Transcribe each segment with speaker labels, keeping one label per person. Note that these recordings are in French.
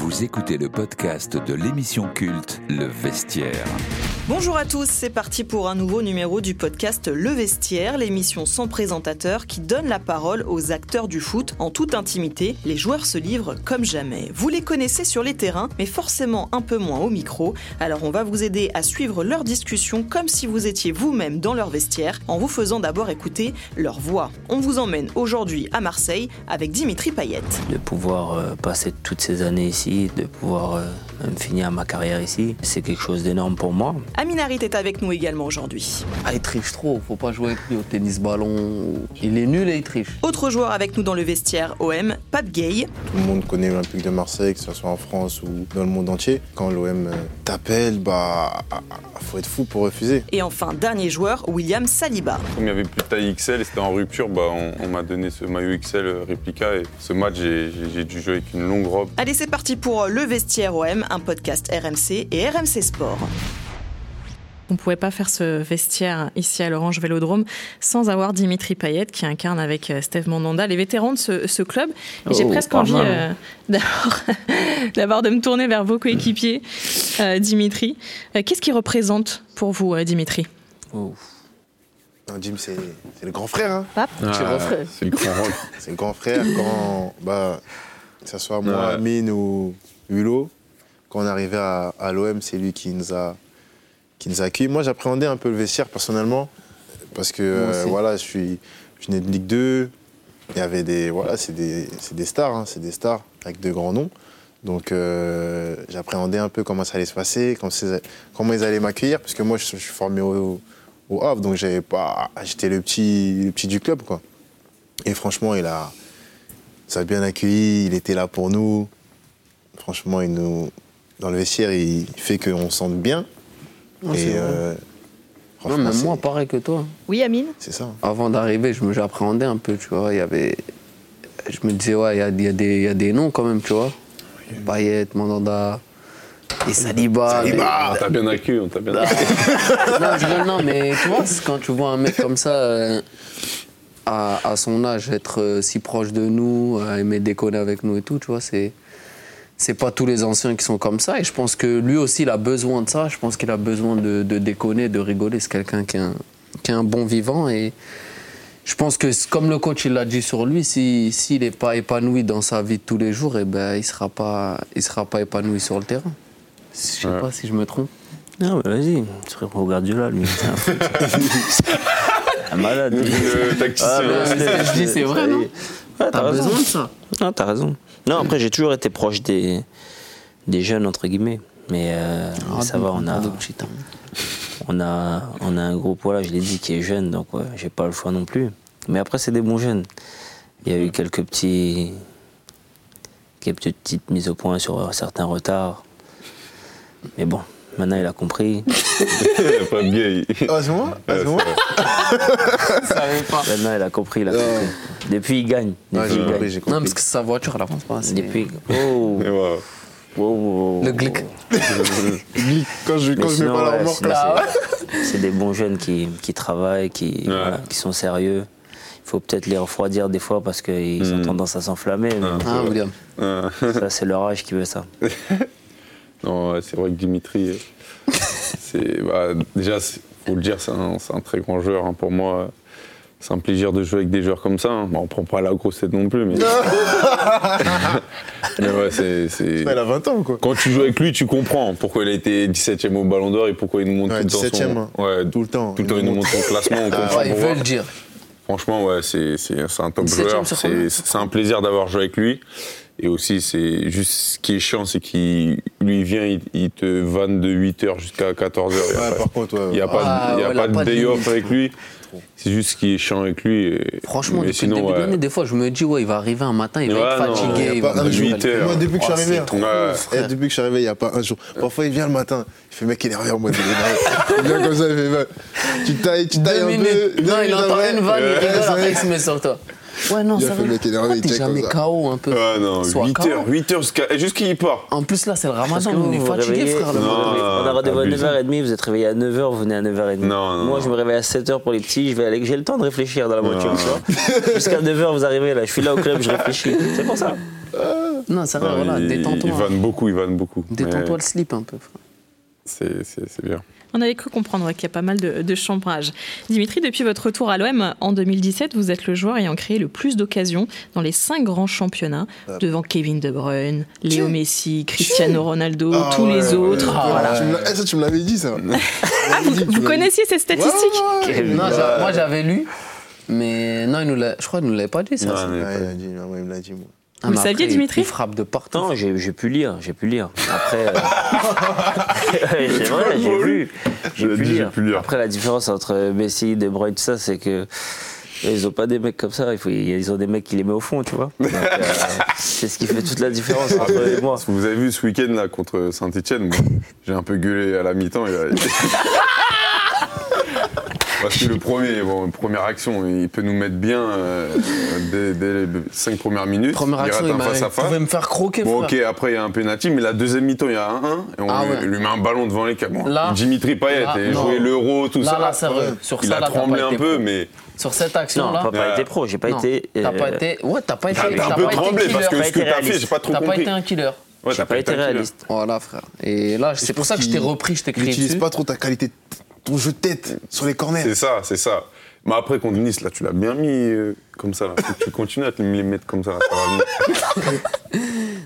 Speaker 1: Vous écoutez le podcast de l'émission culte Le Vestiaire.
Speaker 2: Bonjour à tous, c'est parti pour un nouveau numéro du podcast Le Vestiaire, l'émission sans présentateur qui donne la parole aux acteurs du foot en toute intimité. Les joueurs se livrent comme jamais. Vous les connaissez sur les terrains, mais forcément un peu moins au micro. Alors on va vous aider à suivre leur discussion comme si vous étiez vous-même dans leur vestiaire en vous faisant d'abord écouter leur voix. On vous emmène aujourd'hui à Marseille avec Dimitri Payette.
Speaker 3: de pouvoir euh, passer toutes ces années ici, de pouvoir euh, même finir ma carrière ici, c'est quelque chose d'énorme pour moi.
Speaker 2: Aminarit est avec nous également aujourd'hui.
Speaker 4: Ah, il triche trop, faut pas jouer avec lui au tennis ballon. Il est nul et il triche.
Speaker 2: Autre joueur avec nous dans le vestiaire OM, Pape Gay.
Speaker 5: Tout le monde connaît l'Olympique de Marseille, que ce soit en France ou dans le monde entier. Quand l'OM euh, t'appelle, bah, faut être fou pour refuser.
Speaker 2: Et enfin, dernier joueur, William Saliba.
Speaker 6: Comme il n'y avait plus de taille XL et c'était en rupture, bah, on, on m'a donné ce maillot XL réplica. Et ce match, j'ai- j'ai j'ai dû jouer avec une longue robe.
Speaker 2: Allez, c'est parti pour Le Vestiaire OM, un podcast RMC et RMC Sport.
Speaker 7: On ne pouvait pas faire ce vestiaire ici à l'Orange Vélodrome sans avoir Dimitri Payet qui incarne avec euh, Steve Mandanda les vétérans de ce, ce club. Et j'ai
Speaker 3: Oh,
Speaker 7: presque
Speaker 3: pas
Speaker 7: envie
Speaker 3: mal.
Speaker 7: euh, d'avoir- d'avoir de me tourner vers vos coéquipiers, euh, Dimitri. Euh, Qu'est-ce qu'il représente pour vous, euh, Dimitri
Speaker 5: Non, Jim, c'est c'est le grand frère. hein.
Speaker 4: refais.
Speaker 6: C'est le grand rock.
Speaker 5: C'est le grand frère quand, bah, que ce soit moi,
Speaker 6: Ouais.
Speaker 5: Amine ou Hulot, quand on arrivait à, à l'OM, c'est lui qui nous a, qui nous a accueillis. Moi, j'appréhendais un peu le vestiaire personnellement, parce que euh, voilà, je suis, je suis né de Ligue 2. Il y avait des, voilà, c'est des, c'est des stars, hein, c'est des stars avec de grands noms. Donc, euh, j'appréhendais un peu comment ça allait se passer, comment, c'est- comment ils allaient m'accueillir, parce que moi, je, je suis formé au, au Havre, donc j'avais pas, j'étais le petit, le petit du club, quoi. Et franchement, il a, ça a bien accueilli, il était là pour nous. Franchement, il nous, dans le vestiaire, il fait qu'on se sente bien. et euh,
Speaker 4: Non,
Speaker 5: franchement,
Speaker 4: même
Speaker 5: c'est-
Speaker 4: moi, pareil que toi.
Speaker 7: Oui, Amine
Speaker 5: c'est ça. hein.
Speaker 4: Avant d'arriver, je me- j'appréhendais un peu, tu vois. Il y avait. Je me disais, ouais, il y a, il y a des- il y a des noms quand même, tu vois. Bayet, Mandanda. Et Saliba.
Speaker 6: on t'a bien accueilli, on t'a bien accueilli.
Speaker 4: mais- Non, je rigole, non, mais tu vois, c'est quand tu vois un mec comme ça. euh, À, à son âge, être euh, si proche de nous, à aimer déconner avec nous et tout, tu vois, c'est. c'est pas tous les anciens qui sont comme ça. Et je pense que lui aussi, il a besoin de ça. Je pense qu'il a besoin de, de déconner, de rigoler. C'est quelqu'un qui, est un- qui est un bon vivant. Et je pense que, c- comme le coach il l'a dit sur lui, si- s'il n'est pas épanoui dans sa vie de tous les jours, eh ben, il ne sera, pas- il sera pas épanoui sur le terrain. Je sais
Speaker 6: Ouais.
Speaker 4: pas si je me trompe.
Speaker 3: Non, mais vas-y, tu regardes du là, lui. C'est un fou. un malade.
Speaker 6: Le
Speaker 3: Ah, mais
Speaker 6: tacticien.
Speaker 3: c'est-
Speaker 4: je dis, c'est vrai, non
Speaker 3: Ouais, T'as
Speaker 4: T'as
Speaker 3: raison.
Speaker 4: besoin de ça
Speaker 3: Non, t'as raison. Non, après, j'ai toujours été proche des, des jeunes, entre guillemets. Mais euh,
Speaker 4: Ah,
Speaker 3: ça va, on a,
Speaker 4: Pardon, petit temps.
Speaker 3: on a, on a un groupe, voilà, je l'ai dit, qui est jeune, donc ouais, j'ai pas le choix non plus. Mais après, c'est des bons jeunes. Il y a eu quelques petits, quelques petites mises au point sur euh, certains retards. Mais bon, maintenant il a compris.
Speaker 6: Pas gay.
Speaker 5: Ah, c'est moi Ah, c'est moi
Speaker 3: Maintenant il a compris, il a compris. Depuis il gagne.
Speaker 5: Ah,
Speaker 3: Depuis
Speaker 5: j'ai
Speaker 3: il
Speaker 5: compris,
Speaker 3: gagne.
Speaker 5: j'ai compris.
Speaker 4: Non, parce que sa voiture, elle avance pas. c'est-
Speaker 3: Depuis. Oh,
Speaker 6: Et voilà.
Speaker 3: oh, oh,
Speaker 4: Le
Speaker 3: oh.
Speaker 4: glic.
Speaker 5: Quand je,
Speaker 3: Mais
Speaker 5: quand je mets
Speaker 3: sinon,
Speaker 5: pas la
Speaker 3: ouais,
Speaker 5: remorque,
Speaker 3: sinon,
Speaker 5: là.
Speaker 3: c'est- C'est des bons jeunes qui, qui travaillent, qui, voilà, qui sont sérieux. Il faut peut-être les refroidir des fois parce qu'ils ont tendance à s'enflammer. mais
Speaker 4: Hein, William
Speaker 6: Hmm. Ah.
Speaker 3: Ça, c'est leur âge qui veut ça.
Speaker 6: Non, ouais, c'est vrai que Dimitri, euh, c'est bah, déjà, c'est- faut le dire, c'est un, c'est un très grand joueur. hein. pour moi, c'est un plaisir de jouer avec des joueurs comme ça. hein. Bon, on prend pas la grosse tête non plus, mais. mais ouais, c'est- c'est-
Speaker 5: Elle a 20 ans, quoi.
Speaker 6: Quand tu joues avec lui, tu comprends pourquoi il a été 17ème au Ballon d'Or et pourquoi il nous montre
Speaker 5: Ouais,
Speaker 6: tout le temps
Speaker 5: 17e,
Speaker 6: son... Ouais,
Speaker 5: Tout le temps.
Speaker 6: tout le temps, il nous montre son classement. On comprend
Speaker 4: Ouais, il
Speaker 6: pourquoi.
Speaker 4: veut le dire.
Speaker 6: Franchement, ouais, c'est c'est- c'est un top
Speaker 4: 17e
Speaker 6: joueur.
Speaker 4: sur
Speaker 6: C'est
Speaker 4: combien
Speaker 6: c'est un plaisir d'avoir joué avec lui. Et aussi, c'est juste ce qui est chiant, c'est qu'il lui il vient, il, il te vanne de 8h jusqu'à 14h.
Speaker 5: Ouais, par contre, ouais,
Speaker 6: Il n'y a pas
Speaker 4: Ah,
Speaker 6: de, il y a
Speaker 4: ouais,
Speaker 6: pas
Speaker 4: la
Speaker 6: de
Speaker 4: pas de
Speaker 6: day off
Speaker 4: limite.
Speaker 6: avec lui. C'est juste ce qui est chiant avec lui. et-
Speaker 4: Franchement,
Speaker 6: mais
Speaker 4: depuis le début de l'année, des fois, je me dis, ouais, il va arriver un matin, il va
Speaker 6: Ouais,
Speaker 4: être
Speaker 6: non,
Speaker 5: Ah,
Speaker 4: fatigué.
Speaker 5: il y a
Speaker 4: il
Speaker 5: pas
Speaker 4: va
Speaker 5: un
Speaker 4: pas
Speaker 5: jour.
Speaker 4: jouer.
Speaker 6: 8 heures.
Speaker 5: Moi, depuis que je suis
Speaker 4: Oh,
Speaker 5: arrivé,
Speaker 4: c'est
Speaker 5: hein.
Speaker 4: trop
Speaker 6: Ouais.
Speaker 4: ouf,
Speaker 5: Et
Speaker 4: frère.
Speaker 5: depuis que je suis arrivé, il n'y a pas un jour. Parfois, il vient le matin, il fait mec, il est arrivé en mode. il est énervé. Il vient comme ça, il fait bah, Tu tailles, tu tailles
Speaker 4: Deux
Speaker 5: un
Speaker 4: minutes.
Speaker 5: peu. deux
Speaker 4: Non, il
Speaker 5: minutes
Speaker 4: entend
Speaker 5: après.
Speaker 4: une vanne, il
Speaker 5: Ouais,
Speaker 4: rigole,
Speaker 5: ça y
Speaker 4: après
Speaker 5: est.
Speaker 4: il se met sur toi. Ouais, non,
Speaker 5: Il a
Speaker 4: ça
Speaker 5: fait le
Speaker 4: va.
Speaker 5: mec énervé,
Speaker 4: Pourquoi
Speaker 5: il
Speaker 4: T'es
Speaker 5: check comme
Speaker 4: jamais
Speaker 5: ça.
Speaker 4: KO un peu.
Speaker 6: Ouais, Ah, non,
Speaker 4: Sois
Speaker 6: 8h,
Speaker 4: KO.
Speaker 6: 8h jusqu'à. Et jusqu'à il part.
Speaker 4: En plus, là, c'est le ramadan,
Speaker 3: Parce que
Speaker 4: on est
Speaker 3: vous vous
Speaker 4: fatigué,
Speaker 3: réveillez-
Speaker 4: frère. le
Speaker 6: Non.
Speaker 4: matin.
Speaker 3: on a rendez-vous à
Speaker 6: abusé.
Speaker 3: 9h30, vous êtes réveillé à 9h, vous venez à 9h30.
Speaker 6: Non, non,
Speaker 3: Moi,
Speaker 6: non.
Speaker 3: je me réveille à 7h pour les petits, je vais aller, j'ai le temps de réfléchir dans la voiture. tu vois. Jusqu'à 9h, vous arrivez là, je suis là au club, je réfléchis. C'est pour ça.
Speaker 4: Non, ça va,
Speaker 6: Non,
Speaker 4: Ah, voilà,
Speaker 6: il- Il
Speaker 4: détends-toi. hein.
Speaker 6: vanne beaucoup, il vanne beaucoup.
Speaker 4: Détends-toi
Speaker 6: Mais
Speaker 4: le slip un peu. frère.
Speaker 6: C'est c'est- c'est bien.
Speaker 7: On avait cru comprendre qu'il y a pas mal de, de chambrage. Dimitri, depuis votre retour à l'OM en 2017, vous êtes le joueur ayant créé le plus d'occasions dans les cinq grands championnats,
Speaker 5: Hop.
Speaker 7: devant Kevin De Bruyne, Léo Messi,
Speaker 5: Tchou.
Speaker 7: Cristiano Ronaldo,
Speaker 5: Ah,
Speaker 7: tous
Speaker 5: ouais,
Speaker 7: les
Speaker 5: ouais,
Speaker 7: autres.
Speaker 5: ouais.
Speaker 7: Voilà.
Speaker 5: Tu me l'as- eh, ça, tu me l'avais dit, ça.
Speaker 7: Ah, vous, vous connaissiez ces statistiques
Speaker 4: Non, j'a- moi j'avais lu, mais non, il nous l'a- je crois qu'il nous l'avait pas dit ça.
Speaker 6: Non,
Speaker 4: ça.
Speaker 6: mais-
Speaker 5: Ouais, il a dit, non, moi, il me l'a dit, moi.
Speaker 4: Ah,
Speaker 7: Vous
Speaker 4: mais
Speaker 7: le saviez,
Speaker 4: après,
Speaker 7: Dimitri
Speaker 4: Il frappe de partout.
Speaker 3: Non, j'ai j'ai pu lire, j'ai pu lire. Après, euh, ouais, c'est vrai, j'ai vu. J'ai
Speaker 6: Je
Speaker 3: pu,
Speaker 6: dis, j'ai
Speaker 3: lire.
Speaker 6: pu lire.
Speaker 3: Après, la différence entre Messi, De Bruyne, tout ça, c'est que ils ont pas des mecs comme ça. Il faut, ils ont des mecs qui les mettent au fond, tu vois. Donc, euh, c'est ce qui fait toute la différence entre eux et moi.
Speaker 6: Parce que Vous avez vu ce week-end là contre Saint-Etienne, j'ai un peu gueulé à la mi-temps. il a- Parce que le premier, bon, première action, il peut nous mettre bien euh, dès, dès les cinq premières minutes.
Speaker 4: Première action,
Speaker 6: il
Speaker 4: il
Speaker 6: rate un
Speaker 4: m'a-
Speaker 6: face à
Speaker 4: il
Speaker 6: face.
Speaker 4: pouvait me faire croquer.
Speaker 6: Bon,
Speaker 4: frère.
Speaker 6: ok, après il y a un penalty, mais la deuxième mi-temps, il y a un 1 et on
Speaker 4: Ah
Speaker 6: lui,
Speaker 4: ouais.
Speaker 6: lui met un ballon devant les câbles. Bon,
Speaker 4: Là-
Speaker 6: Dimitri Payet,
Speaker 4: là,
Speaker 6: et
Speaker 4: non.
Speaker 6: jouer l'euro, tout
Speaker 4: Là,
Speaker 6: ça.
Speaker 4: là, sérieux, sur
Speaker 6: il
Speaker 4: ça,
Speaker 6: a
Speaker 4: là, t'as
Speaker 6: tremblé
Speaker 4: pas
Speaker 6: un
Speaker 4: été
Speaker 6: peu,
Speaker 4: pro.
Speaker 6: mais
Speaker 4: Sur cette
Speaker 3: Non,
Speaker 4: action-là.
Speaker 3: t'as pas
Speaker 6: Euh,
Speaker 3: été pro, j'ai pas
Speaker 4: non,
Speaker 3: été.
Speaker 4: T'as
Speaker 3: euh,
Speaker 4: pas été. Ouais, t'as pas été.
Speaker 6: t'as
Speaker 4: t'as
Speaker 6: un peu
Speaker 4: pas été
Speaker 6: tremblé parce que
Speaker 4: killer.
Speaker 6: ce que
Speaker 3: T'as pas
Speaker 6: t'as
Speaker 3: été
Speaker 6: fait, j'ai pas trop
Speaker 4: T'as pas
Speaker 6: compris.
Speaker 4: été un killer.
Speaker 6: Ouais,
Speaker 3: J'ai pas été
Speaker 6: un killer.
Speaker 3: réaliste.
Speaker 4: Voilà, frère. Et là, c'est pour ça que je t'ai repris, je t'ai créé
Speaker 5: N'utilise
Speaker 4: dessus.
Speaker 5: pas trop ta qualité, de- ton jeu de tête sur les corners.
Speaker 6: C'est ça, c'est ça. Mais après, contre Nice, là, tu l'as bien mis euh, comme ça. Là. Faut que tu continues à te les mettre comme ça. là, ça va venir.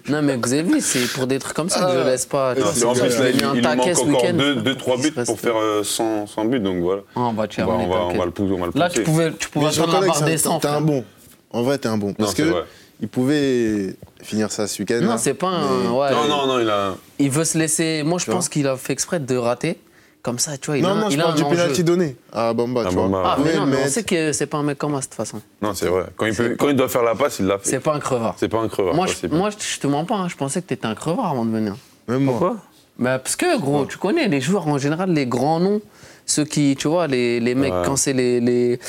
Speaker 4: Non, mais vous avez vu, c'est pour des trucs comme ça que
Speaker 5: Ah.
Speaker 4: je laisse pas. tu
Speaker 5: Ah,
Speaker 4: vois.
Speaker 5: c'est
Speaker 6: en
Speaker 5: vrai.
Speaker 6: plus, là,
Speaker 4: J'ai
Speaker 6: il,
Speaker 4: mis un
Speaker 6: il nous
Speaker 4: taquet
Speaker 6: manque
Speaker 4: ce
Speaker 6: encore
Speaker 4: week-end.
Speaker 6: 2 deux, deux, trois buts
Speaker 4: Respect.
Speaker 6: pour faire euh, 100, 100 buts, donc voilà.
Speaker 4: Ah, on va te
Speaker 6: On
Speaker 4: faire
Speaker 6: va-
Speaker 4: amener,
Speaker 6: on, va, on
Speaker 4: t'inquiète.
Speaker 6: va le pousser, on va le
Speaker 4: Là,
Speaker 6: pousser.
Speaker 4: tu pouvais, tu pouvais
Speaker 5: Mais je
Speaker 4: attendre la
Speaker 5: reconnais
Speaker 4: barre
Speaker 5: que
Speaker 4: des
Speaker 5: c'est un-
Speaker 4: 100.
Speaker 5: t'es un
Speaker 4: frère.
Speaker 5: bon. En vrai, t'es un bon. Parce
Speaker 6: c'est
Speaker 5: que
Speaker 6: vrai.
Speaker 5: il pouvait finir ça ce week-end.
Speaker 4: Non,
Speaker 5: là,
Speaker 4: c'est pas un.
Speaker 5: mais-
Speaker 4: ouais,
Speaker 6: Non, non, non, il a.
Speaker 4: Il veut se laisser. Moi, je
Speaker 5: Tu
Speaker 4: pense
Speaker 5: vois.
Speaker 4: qu'il a fait exprès de rater. Comme ça, tu vois, il a,
Speaker 5: Non,
Speaker 4: un-
Speaker 5: non, je
Speaker 4: il a
Speaker 5: parle
Speaker 4: un
Speaker 5: du
Speaker 4: enjeu.
Speaker 5: penalty donné à Bamba,
Speaker 6: À
Speaker 5: tu vois.
Speaker 6: Bamba,
Speaker 4: Ah, mais
Speaker 5: Ouais,
Speaker 4: non, mais on
Speaker 5: mais-
Speaker 4: sait que c'est pas un mec comme ça, de toute façon.
Speaker 6: Non, c'est vrai. Quand il, peut-
Speaker 4: C'est
Speaker 6: quand il doit faire la passe, il l'a
Speaker 4: C'est
Speaker 6: fait.
Speaker 4: pas un crevard.
Speaker 6: C'est pas un crevard.
Speaker 4: Moi,
Speaker 6: ça,
Speaker 4: je,
Speaker 6: c'est bien.
Speaker 4: moi je, je te mens pas, hein, je pensais que t'étais un crevard avant de venir.
Speaker 5: Même moi.
Speaker 3: Pourquoi
Speaker 4: Bah, parce que, gros, tu connais les joueurs en général, les grands noms, ceux qui, tu vois, les, les mecs,
Speaker 6: Ouais.
Speaker 4: quand c'est les, les,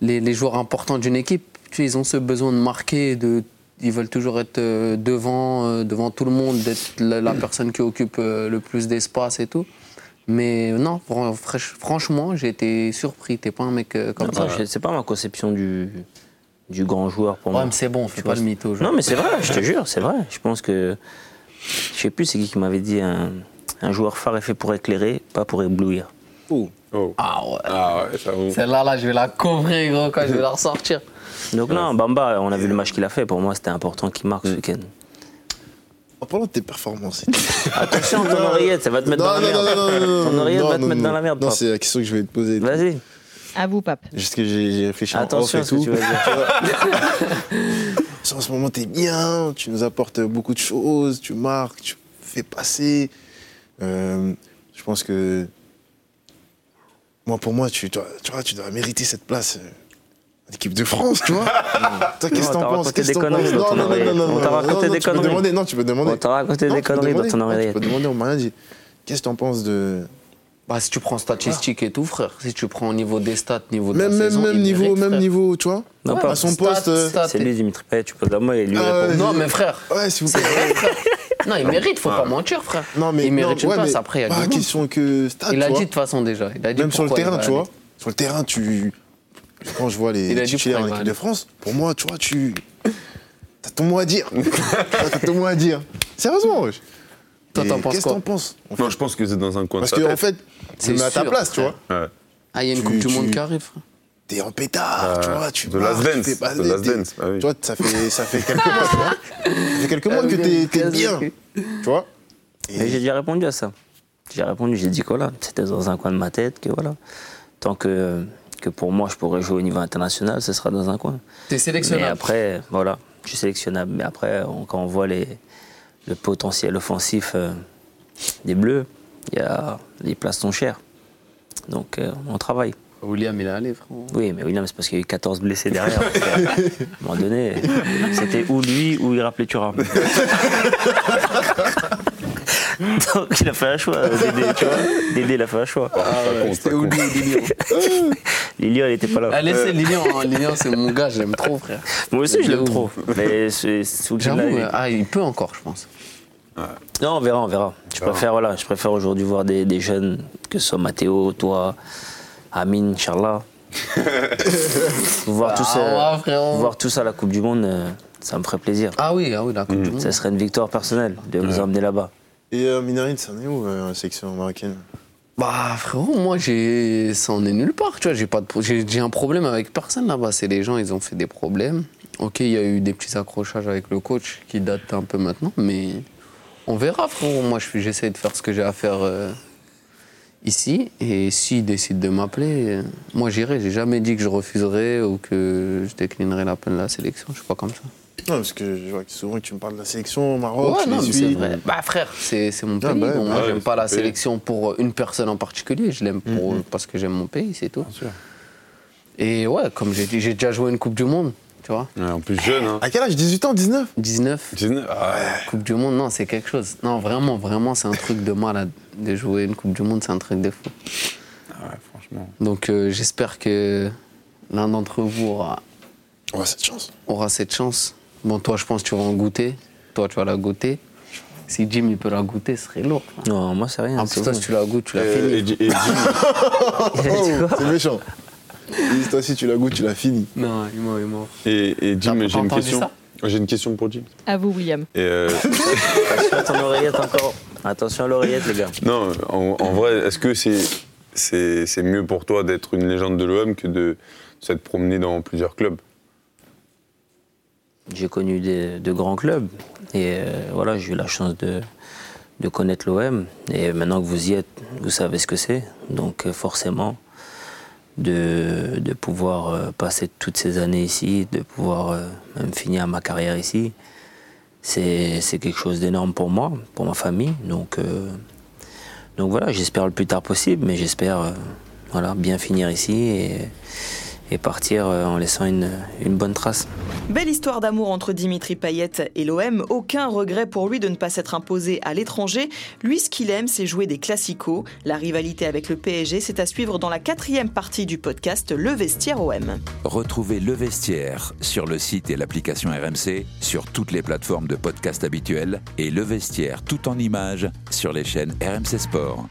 Speaker 4: les, les joueurs importants d'une équipe, tu sais, ils ont ce besoin de marquer, de, ils veulent toujours être euh, devant, euh, devant tout le monde, d'être la, la personne qui occupe euh, le plus d'espace et tout. Mais non, fran- fraîche- franchement, j'ai été surpris. T'es pas un mec euh, comme
Speaker 3: Non,
Speaker 4: ça.
Speaker 3: moi, je- C'est pas ma conception du, du grand joueur pour
Speaker 4: Ouais,
Speaker 3: moi.
Speaker 4: mais c'est bon, fais
Speaker 3: Tu
Speaker 4: pas
Speaker 3: vois,
Speaker 4: le mytho. genre.
Speaker 3: Non, mais c'est vrai, je te jure, c'est vrai. Je pense que. Je sais plus c'est qui qui m'avait dit un, un joueur phare est fait pour éclairer, pas pour éblouir.
Speaker 6: Oh.
Speaker 4: Ah ouais.
Speaker 6: Ah ouais, ça vous.
Speaker 4: Celle-là, là, je vais la couvrir, gros, quand je vais la ressortir.
Speaker 3: Donc, non, Bamba, on a vu le match qu'il a fait. Pour moi, c'était important qu'il marque ce week-end.
Speaker 5: En parlant de tes performances.
Speaker 3: Attention, ton oreillette, ça va te mettre dans la
Speaker 5: non,
Speaker 3: merde.
Speaker 5: non, non, non, non,
Speaker 3: Ton oreillette
Speaker 5: non,
Speaker 3: va te
Speaker 5: non,
Speaker 3: mettre
Speaker 5: non.
Speaker 3: dans la merde,
Speaker 5: Non,
Speaker 3: papa.
Speaker 5: c'est la question que je vais te poser.
Speaker 3: Vas-y,
Speaker 7: À vous, pape.
Speaker 5: Juste que j'ai j'ai réfléchi en off
Speaker 3: attention
Speaker 5: et
Speaker 3: à ce que
Speaker 5: tout.
Speaker 3: tu vas dire.
Speaker 5: en ce moment, t'es bien, tu nous apportes beaucoup de choses, tu marques, tu fais passer. Euh, je pense que. Moi, pour moi, tu, tu, vois- tu vois, tu dois mériter cette place. euh, en Équipe de France, tu vois. Toi, qu'est-ce que
Speaker 3: on
Speaker 5: t'en
Speaker 3: t'a
Speaker 5: penses
Speaker 3: raconté
Speaker 5: Qu'est-ce
Speaker 3: des
Speaker 5: que t'en
Speaker 3: conneries
Speaker 5: penses
Speaker 3: dans
Speaker 5: Non,
Speaker 3: ton
Speaker 5: non, non,
Speaker 3: oreillette.
Speaker 5: non, non.
Speaker 3: On t'a
Speaker 5: non,
Speaker 3: raconté
Speaker 5: non,
Speaker 3: des
Speaker 5: tu peux
Speaker 3: conneries.
Speaker 5: demander- Non, tu peux demander.
Speaker 3: On t'a raconté
Speaker 5: Non,
Speaker 3: des
Speaker 5: tu peux
Speaker 3: conneries dans
Speaker 5: demander.
Speaker 3: ton
Speaker 5: Non, Tu
Speaker 3: oreillette.
Speaker 5: peux demander au mariage. Qu'est-ce que t'en penses de.
Speaker 4: Bah, si tu prends statistiques et tout, frère, si tu prends au niveau des stats, niveau de la
Speaker 5: Même, même,
Speaker 4: saison,
Speaker 5: même
Speaker 4: il
Speaker 5: niveau,
Speaker 4: mérite,
Speaker 5: même
Speaker 4: frère.
Speaker 5: niveau, tu vois
Speaker 3: Non,
Speaker 4: Ouais,
Speaker 3: pas-
Speaker 5: À son
Speaker 4: stats,
Speaker 5: poste, euh,
Speaker 4: stats,
Speaker 3: C'est
Speaker 4: et-
Speaker 3: lui, Dimitri Payet, tu poses la main et lui
Speaker 5: Ah,
Speaker 3: répond.
Speaker 5: ouais.
Speaker 4: Non, mais frère,
Speaker 5: Ouais, s'il vous
Speaker 4: c'est
Speaker 5: plaît.
Speaker 4: vrai, frère. Non, il mérite, faut pas mentir, frère. il mérite
Speaker 5: non,
Speaker 4: une
Speaker 5: ouais,
Speaker 4: place,
Speaker 5: mais
Speaker 4: après, il y a
Speaker 5: pas
Speaker 4: du monde.
Speaker 5: question que stade,
Speaker 4: Il
Speaker 5: tu
Speaker 4: a
Speaker 5: vois.
Speaker 4: dit de toute façon déjà. Il a dit
Speaker 5: Même sur le
Speaker 4: pourquoi il
Speaker 5: terrain,
Speaker 4: va
Speaker 5: tu
Speaker 4: aller.
Speaker 5: vois. Sur le terrain, tu. Quand je vois les
Speaker 4: Il a dit
Speaker 5: titulaires en
Speaker 4: pourquoi il va
Speaker 5: équipe de
Speaker 4: aller.
Speaker 5: France, pour moi, tu vois, tu. T'as ton mot à dire. T'as ton mot à dire. Sérieusement, wesh.
Speaker 4: Toi,
Speaker 5: Et
Speaker 4: t'en penses
Speaker 5: Qu'est-ce
Speaker 4: quoi
Speaker 5: t'en penses en fait
Speaker 6: Non, je pense que c'est dans un coin
Speaker 5: Parce
Speaker 6: de sa
Speaker 5: que, en
Speaker 6: tête.
Speaker 5: fait, tu
Speaker 4: C'est
Speaker 5: le mets à ta
Speaker 4: sûr,
Speaker 5: place, tu
Speaker 4: frère.
Speaker 5: vois.
Speaker 6: Ouais.
Speaker 4: Ah, il y a une
Speaker 5: Tu-
Speaker 4: Coupe du
Speaker 5: tu-
Speaker 4: Monde qui arrive, frère.
Speaker 5: T'es en pétard,
Speaker 6: Ah,
Speaker 5: tu vois. Tu
Speaker 6: The Last
Speaker 5: marches, tu
Speaker 6: Dance,
Speaker 5: fais pas-
Speaker 6: The Last
Speaker 5: t'es-
Speaker 6: Dance, ah oui.
Speaker 5: Tu vois, ça fait, ça fait quelques mois, tu vois. Ça fait quelques mois que
Speaker 4: oui,
Speaker 5: t'es-
Speaker 4: Ah oui,
Speaker 5: t'es
Speaker 4: oui.
Speaker 5: bien. Tu vois
Speaker 3: Mais j'ai déjà répondu à ça. J'ai répondu, j'ai dit que voilà, c'était dans un coin de ma tête, que voilà. Tant que, que pour moi, je pourrais jouer au niveau international, ce sera dans un coin.
Speaker 4: T'es
Speaker 3: Mais
Speaker 4: sélectionnable.
Speaker 3: après, voilà, je suis sélectionnable. Mais après, on- quand on voit les, le potentiel offensif euh, des Bleus, il y a, les places sont chères. Donc, euh, on travaille.
Speaker 4: William, il est allé, frère.
Speaker 3: Oui, mais William, c'est parce qu'il y a eu 14 blessés derrière. donc, euh, à un moment donné, c'était ou lui ou il rappelait Thuram. Donc il a fait un choix, euh, Dédé, tu vois. Dédé, il a fait un choix.
Speaker 4: Ah,
Speaker 6: Ça compte, ça compte.
Speaker 3: Lilian, elle était pas là. Euh,
Speaker 4: Ah,
Speaker 5: Euh.
Speaker 4: laissez Lilian. hein. Lilian, c'est mon gars, j'aime trop, frère.
Speaker 3: Moi aussi, je
Speaker 4: de
Speaker 3: l'aime
Speaker 4: ouf.
Speaker 3: trop. Mais ce, ce week-end-là,
Speaker 4: J'avoue,
Speaker 3: il-
Speaker 4: ouais. ah, il peut encore, je pense.
Speaker 3: Non, on verra, on verra. Je préfère, voilà, je préfère aujourd'hui voir des, des jeunes, que ce soit Mathéo, toi, Amine, Inch'Allah. voir, tous,
Speaker 4: Ah ouais, frérot.
Speaker 3: voir tous à la Coupe du Monde, euh, Ça me ferait plaisir.
Speaker 4: Ah oui, ah oui, la Coupe du Monde.
Speaker 3: Ça serait une victoire personnelle de vous emmener là-bas.
Speaker 5: Et euh, Minarine, ça en est où, euh, section marocaine
Speaker 4: Bah frérot, moi j'ai, ça en est nulle part, tu vois. J'ai pas de, pro- j'ai j'ai un problème avec personne là-bas. C'est les gens, ils ont fait des problèmes. Ok, il y a eu des petits accrochages avec le coach qui datent un peu maintenant, mais on verra, frérot. Moi, je suis- j'essaie de faire ce que j'ai à faire euh, ici, et s'ils décident de m'appeler, euh, moi j'irai. J'ai jamais dit que je refuserais ou que je déclinerais l'appel de la sélection. Je suis pas comme ça.
Speaker 5: Non, parce que je vois que souvent tu me parles de la sélection au Maroc.
Speaker 4: Ouais,
Speaker 5: tu
Speaker 4: non,
Speaker 5: les
Speaker 4: mais
Speaker 5: suis.
Speaker 4: c'est vrai. Bah, frère, c'est c'est mon pays.
Speaker 5: Ah, bah, bah,
Speaker 4: donc, moi,
Speaker 6: ouais,
Speaker 4: j'aime
Speaker 6: c'est
Speaker 4: pas la
Speaker 6: ton pays.
Speaker 4: sélection pour euh, une personne en particulier. Je l'aime pour- parce que j'aime mon pays, c'est tout.
Speaker 6: sûr.
Speaker 4: Et ouais, comme j'ai dit, j'ai déjà joué une Coupe du Monde, tu vois.
Speaker 6: Ouais, en plus jeune, hein.
Speaker 5: À quel âge 18 ans, 19
Speaker 4: 19,
Speaker 6: 19, ah ouais.
Speaker 4: Coupe du Monde, non, c'est quelque chose. Non, vraiment, vraiment, c'est un truc de malade. De jouer une Coupe du Monde, c'est un truc de fou.
Speaker 6: Ah ouais, franchement.
Speaker 4: Donc, euh, j'espère que l'un d'entre vous aura,
Speaker 5: Ouais, cette chance.
Speaker 4: aura cette chance. Bon, toi, je pense que tu vas en goûter. Toi, tu vas la goûter. Si Jim, il peut la goûter, ce serait lourd. hein.
Speaker 3: Non, moi, c'est rien.
Speaker 4: En
Speaker 3: c'est
Speaker 4: plus, toi,
Speaker 3: bon.
Speaker 4: si tu la goûtes, tu la finis.
Speaker 6: Euh, et, et Jim,
Speaker 5: Oh, c'est méchant. Et toi, si tu la goûtes, tu l'as fini.
Speaker 4: Non, il m'a, il m'a.
Speaker 6: et- et Jim,
Speaker 4: T'as pas
Speaker 6: j'ai une
Speaker 4: entendu
Speaker 6: question.
Speaker 4: ça
Speaker 6: J'ai une question pour Jim.
Speaker 7: À vous, William.
Speaker 6: Et euh,
Speaker 3: Attention à ton oreillette encore. Attention à l'oreillette, les gars.
Speaker 6: non, en, en vrai, est-ce que c'est c'est c'est mieux pour toi d'être une légende de l'OM que de s'être promené dans plusieurs clubs
Speaker 3: J'ai connu des- de grands clubs et euh, voilà, j'ai eu la chance de, de connaître l'OM. Et maintenant que vous y êtes, vous savez ce que c'est. Donc euh, forcément, de, de pouvoir euh, passer toutes ces années ici, de pouvoir euh, même finir ma carrière ici, c'est c'est quelque chose d'énorme pour moi, pour ma famille. Donc, euh, donc voilà, j'espère le plus tard possible, mais j'espère euh, voilà, bien finir ici et, et partir euh, en laissant une, une bonne trace.
Speaker 2: Belle histoire d'amour entre Dimitri Payet et l'OM. Aucun regret pour lui de ne pas s'être imposé à l'étranger. Lui, ce qu'il aime, c'est jouer des classicos. La rivalité avec le PSG, c'est à suivre dans la quatrième partie du podcast Le Vestiaire OM.
Speaker 1: Retrouvez Le Vestiaire sur le site et l'application RMC, sur toutes les plateformes de podcast habituelles et Le Vestiaire tout en images sur les chaînes RMC Sport.